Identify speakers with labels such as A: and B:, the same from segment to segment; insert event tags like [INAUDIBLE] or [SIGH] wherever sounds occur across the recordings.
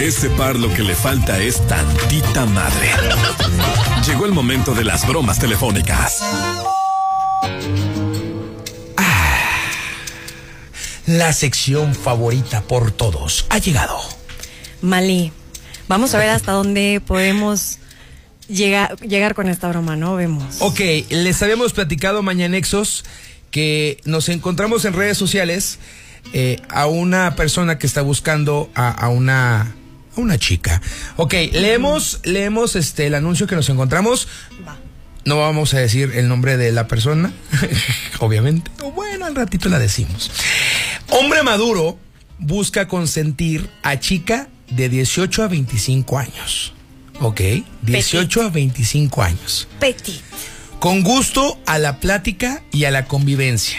A: este par lo que le falta es tantita madre. Llegó el momento de las bromas telefónicas.
B: Ah, la sección favorita por todos ha llegado.
C: Malí, vamos a ver hasta dónde podemos llegar, llegar con esta broma, ¿no? Vemos.
B: Ok, les habíamos platicado mañanexos que nos encontramos en redes sociales eh, a una persona que está buscando a, a una a una chica. Ok, leemos, leemos este el anuncio que nos encontramos.
C: Va.
B: No vamos a decir el nombre de la persona, [LAUGHS] obviamente. O Bueno, al ratito la decimos. Hombre maduro busca consentir a chica de 18 a 25 años. Ok, 18 a 25 años.
C: Petit.
B: Con gusto a la plática y a la convivencia.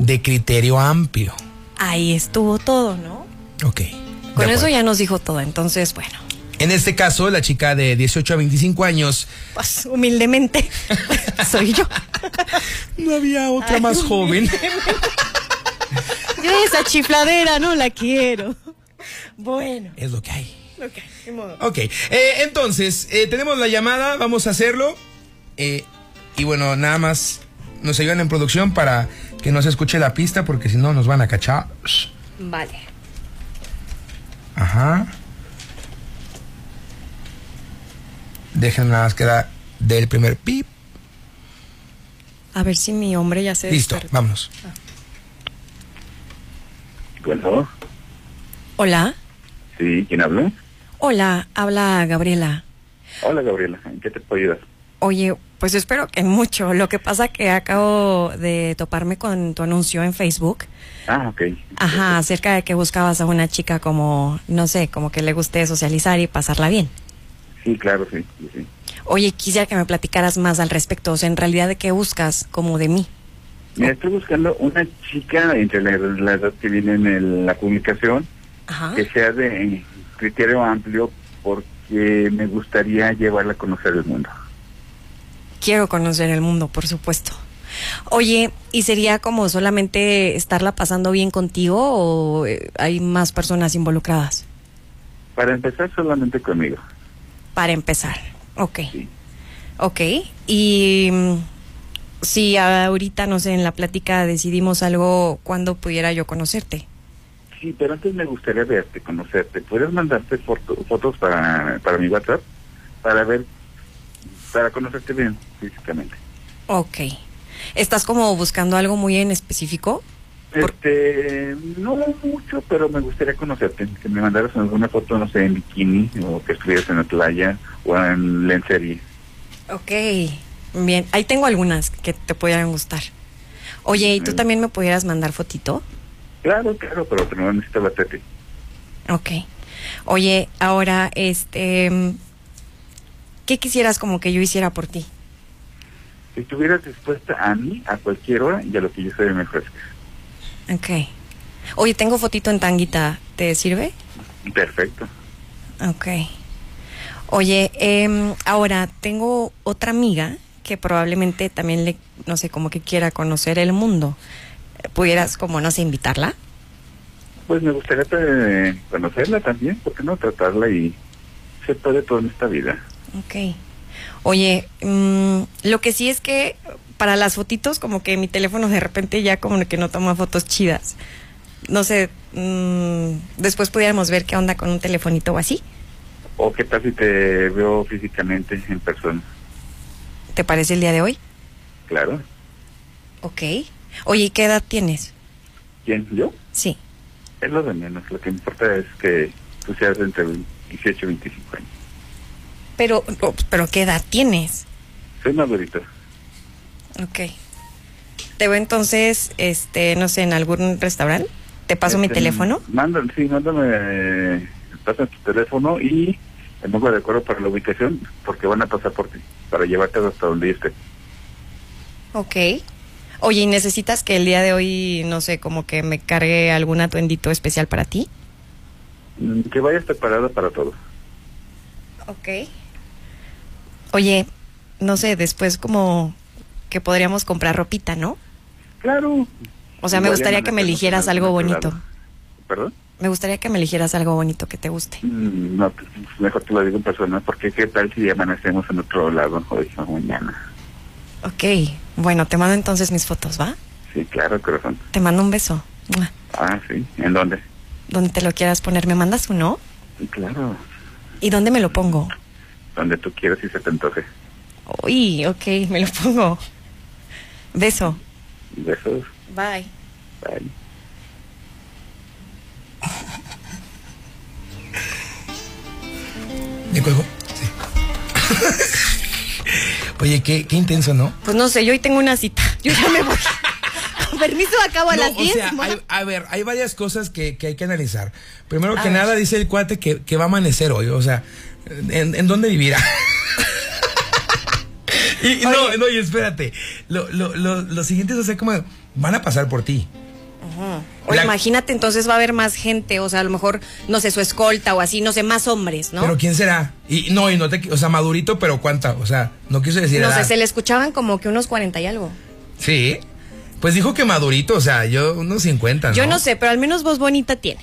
B: De criterio amplio.
C: Ahí estuvo todo, ¿no?
B: Ok. de
C: Con eso
B: acuerdo.
C: ya nos dijo todo, entonces, bueno.
B: En este caso, la chica de 18 a 25 años
C: Pues humildemente [LAUGHS] soy yo.
B: No había otra más joven.
C: Yo esa chifladera no la quiero. Bueno.
B: Es lo que hay.
C: Ok, ni modo.
B: Ok, eh, entonces, eh, tenemos la llamada, vamos a hacerlo. Eh, y bueno, nada más nos ayudan en producción para que no se escuche la pista, porque si no nos van a cachar.
C: Vale.
B: Ajá. Dejen nada más queda del primer pip.
C: A ver si mi hombre ya se
B: Listo,
C: despertó.
B: vámonos.
D: Bueno,
C: Hola.
D: sí, ¿quién habla?
C: Hola, habla Gabriela.
D: Hola, Gabriela, ¿en qué te puedo ayudar?
C: Oye, pues espero que mucho. Lo que pasa que acabo de toparme con tu anuncio en Facebook.
D: Ah, ok.
C: Ajá, acerca de que buscabas a una chica como, no sé, como que le guste socializar y pasarla bien.
D: Sí, claro, sí, sí, sí.
C: Oye, quisiera que me platicaras más al respecto. O sea, en realidad, ¿de qué buscas como de mí?
D: Mira, estoy buscando una chica entre la, la edad que viene en el- la publicación
C: Ajá.
D: que sea de criterio amplio porque me gustaría llevarla a conocer el mundo.
C: Quiero conocer el mundo, por supuesto. Oye, ¿y sería como solamente estarla pasando bien contigo o eh, hay más personas involucradas?
D: Para empezar solamente conmigo,
C: Para empezar. Ok.
D: sí.
C: Ok. Y mm, si ahorita, no sé, en la plática decidimos algo, ¿cuándo pudiera yo conocerte?
D: Sí, pero antes me gustaría verte, conocerte. ¿Puedes mandarte foto- fotos para, para mi WhatsApp? Para ver, para conocerte bien físicamente.
C: Ok. ¿Estás como buscando algo muy en específico? Por-
D: Este, no mucho, pero me gustaría conocerte. Que me mandaras alguna foto, no sé, en bikini, o que estuvieras en la playa, o en lencería.
C: Ok, bien. Ahí tengo algunas que te pudieran gustar. Oye, ¿y tú
D: Mm.
C: también me pudieras mandar fotito?
D: Claro, claro, pero primero necesito bastante.
C: Ok. Oye, ahora, este, mm, ¿qué quisieras como que yo hiciera por ti?
D: Si estuvieras dispuesta a mí, a cualquier hora, y a lo que yo soy me ofrezcas.
C: Ok. Oye, tengo fotito en tanguita, ¿te sirve?
D: Perfecto.
C: Ok. Oye, em, ahora tengo otra amiga que probablemente también le, no sé, como que quiera conocer el mundo. ¿Pudieras como, no sé, invitarla?
D: Pues me gustaría eh, conocerla también, ¿por qué no tratarla y se puede todo en esta vida?
C: Ok. Oye, mm, lo que sí es que para las fotitos, como que mi teléfono de repente ya como que no toma fotos chidas. No sé, mm, después pudiéramos ver qué onda con un telefonito o así.
D: ¿O qué tal si te veo físicamente en persona?
C: ¿Te parece el día de hoy?
D: Claro.
C: Ok. Oye, ¿y ¿qué edad tienes?
D: ¿Quién? ¿Yo?
C: Sí.
D: Es lo de menos. Lo que importa es que tú seas de entre 18 y 25 años.
C: Pero, o- pero ¿qué edad tienes?
D: Soy madurito.
C: Ok. Te veo entonces, este, no sé, en algún restaurante. ¿Te paso mi
D: Este,
C: teléfono?
D: Mándame, sí, mándame. eh, Pasa tu teléfono y te pongo de acuerdo para la ubicación porque van a pasar por ti, para llevarte hasta donde yo esté.
C: Ok. Oye, ¿y necesitas que el día de hoy, no sé, como que me cargue algún atuendito especial para ti?
D: Mm, Que vayas preparada para todo.
C: Ok. Oye, no sé, después como que podríamos comprar ropita, ¿no?
D: Claro.
C: O sea, me
D: Igual ya
C: gustaría que me
D: amanecemos
C: eligieras
D: en
C: algo
D: algún
C: bonito.
D: lado. ¿Perdón?
C: me gustaría que me eligieras algo bonito que te guste.
D: Mm, No, pues, mejor te lo digo en persona, porque qué tal si amanecemos en otro lado hoy o mañana.
C: Ok, bueno, te mando entonces mis fotos, ¿va?
D: Sí, claro, corazón.
C: Te mando un beso. Mua.
D: Ah, sí. ¿En dónde?
C: Donde te lo quieras poner, me mandas uno.
D: Sí, claro.
C: ¿Y dónde me lo pongo?
D: Donde tú quieras y se te antoje.
C: Uy, ok, me lo pongo. Beso.
D: Besos.
C: Bye.
D: Bye.
B: ¿Le cuelgo? Sí. [LAUGHS] Oye, qué, qué intenso, ¿no?
C: Pues no sé, yo hoy tengo una cita. [LAUGHS] Yo ya me voy. Con permiso, acabo a
B: No,
C: las
B: o
C: 10.
B: sea,
C: ma.
B: hay- a ver, hay varias cosas que, que hay que analizar. Primero
C: A
B: que
C: ver.
B: nada, dice el cuate que, que va a amanecer hoy. O sea, ¿en, en dónde vivirá? [LAUGHS] y, y no, no, y espérate. Lo, lo, lo, lo siguiente es hacer como. Van a pasar por ti.
C: O
B: la-
C: imagínate, entonces va a haber más gente. O sea, a lo mejor, no sé, su escolta o así, no sé, más hombres, ¿no?
B: Pero ¿quién será? Y no, y no te. qui- O sea, madurito, pero cuánta. O sea, no quiso decir
C: no
B: edad.
C: sé, se le escuchaban como que unos 40 y algo.
B: Sí. Pues dijo que madurito, o sea, yo unos 50.
C: Yo no sé, pero al menos voz bonita tiene.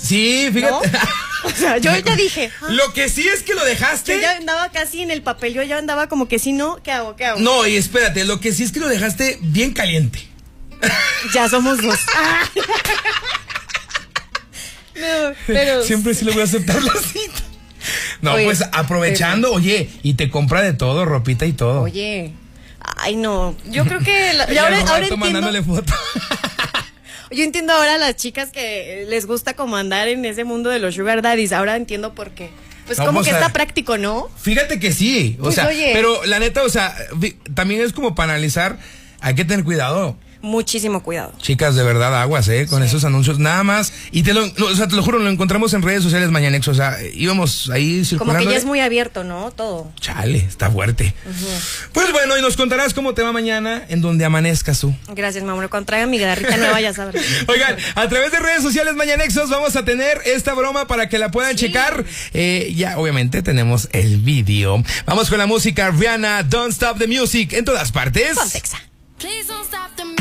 B: Sí,
C: ¿No?
B: [LAUGHS] fíjate.
C: [LAUGHS] o sea, yo ya dije. ah,
B: Lo que sí es que lo
C: Yo
B: dejaste.
C: ya andaba casi en el papel, yo ya andaba como que si no, ¿qué hago? ¿Qué hago?
B: No, y espérate, lo que sí es que lo dejaste bien caliente.
C: Ya somos
B: [LAUGHS]
C: dos. Ah. [LAUGHS] no,
B: [LAUGHS]
C: pero.
B: Siempre sí le voy a aceptar la cita. No,
C: Oye,
B: pues aprovechando, oye, y te compra de todo, ropita y todo.
C: Oye. Ay, no. Yo creo
B: [LAUGHS]
C: que. la-
B: Y
C: ya ahora,
B: al
C: ahora
B: Roberto
C: entiendo.
B: mandándole foto. [LAUGHS]
C: Yo entiendo ahora a las chicas que eh, les gusta como andar en ese mundo de los sugar daddies. Ahora entiendo por qué. Pues
B: No,
C: como
B: pues,
C: que
B: a-
C: está práctico, ¿no?
B: Fíjate que sí, o
C: Pues,
B: sea,
C: oye.
B: pero la neta, o sea, vi- también es como para analizar, hay que tener cuidado.
C: Muchísimo cuidado.
B: Chicas, de verdad, aguas, ¿eh? Con esos anuncios, nada más. Y te lo, no, o sea, te lo juro, lo encontramos en redes sociales mañana, o sea, íbamos ahí circulando.
C: Como que ya
B: ¿eh?
C: es muy abierto, ¿no? Todo.
B: Chale, está fuerte. Pues bueno, y nos contarás cómo te va mañana en donde amanezcas tú.
C: Gracias, mi amor. Cuando traiga mi garrita nueva,
B: [LAUGHS]
C: ya sabrás.
B: Oigan, a través de redes sociales Mañanexos vamos a tener esta broma para que la puedan checar. Eh, ya, obviamente, tenemos el vídeo. Vamos con la música Rihanna, Don't Stop the Music, en todas partes.
C: Pontexa.
E: Please don't stop the